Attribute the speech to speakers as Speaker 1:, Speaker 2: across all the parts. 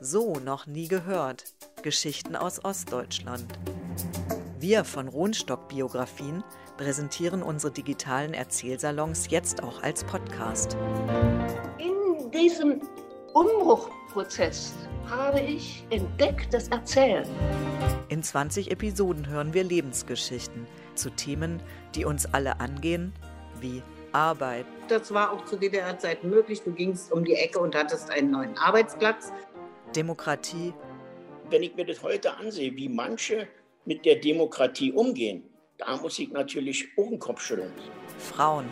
Speaker 1: So noch nie gehört. Geschichten aus Ostdeutschland. Wir von Rohnstock Biografien präsentieren unsere digitalen Erzählsalons jetzt auch als Podcast.
Speaker 2: In diesem Umbruchprozess habe ich entdeckt das Erzählen.
Speaker 1: In 20 Episoden hören wir Lebensgeschichten zu Themen, die uns alle angehen, wie Arbeit,
Speaker 3: Das war auch zu DDR-Zeiten möglich. Du gingst um die Ecke und hattest einen neuen Arbeitsplatz.
Speaker 1: Demokratie,
Speaker 4: wenn ich mir das heute ansehe, wie manche mit der Demokratie umgehen, da muss ich natürlich auch den Kopf schütteln.
Speaker 1: Frauen.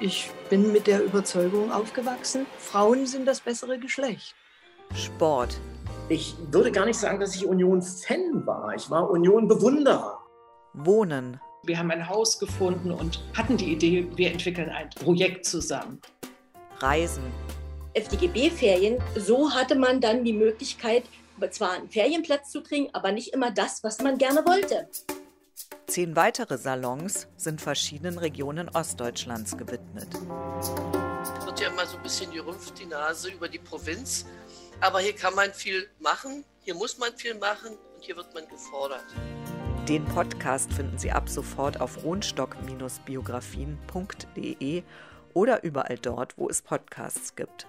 Speaker 5: Ich bin mit der Überzeugung aufgewachsen, Frauen sind das bessere Geschlecht.
Speaker 1: Sport,
Speaker 6: Ich würde gar nicht sagen, dass ich Union-Fan war. Ich war Union-Bewunderer.
Speaker 1: Wohnen,
Speaker 7: Wir haben ein Haus gefunden und hatten die Idee, wir entwickeln ein Projekt zusammen.
Speaker 1: Reisen,
Speaker 8: FDGB-Ferien, so hatte man dann die Möglichkeit, zwar einen Ferienplatz zu kriegen, aber nicht immer das, was man gerne wollte.
Speaker 1: Zehn weitere Salons sind verschiedenen Regionen Ostdeutschlands gewidmet.
Speaker 9: wird ja immer so ein bisschen gerümpft, die Nase über die Provinz. Aber hier kann man viel machen, hier muss man viel machen und hier wird man gefordert.
Speaker 1: Den Podcast finden Sie ab sofort auf E rohnstock-biografien.de oder überall dort, wo es Podcasts gibt.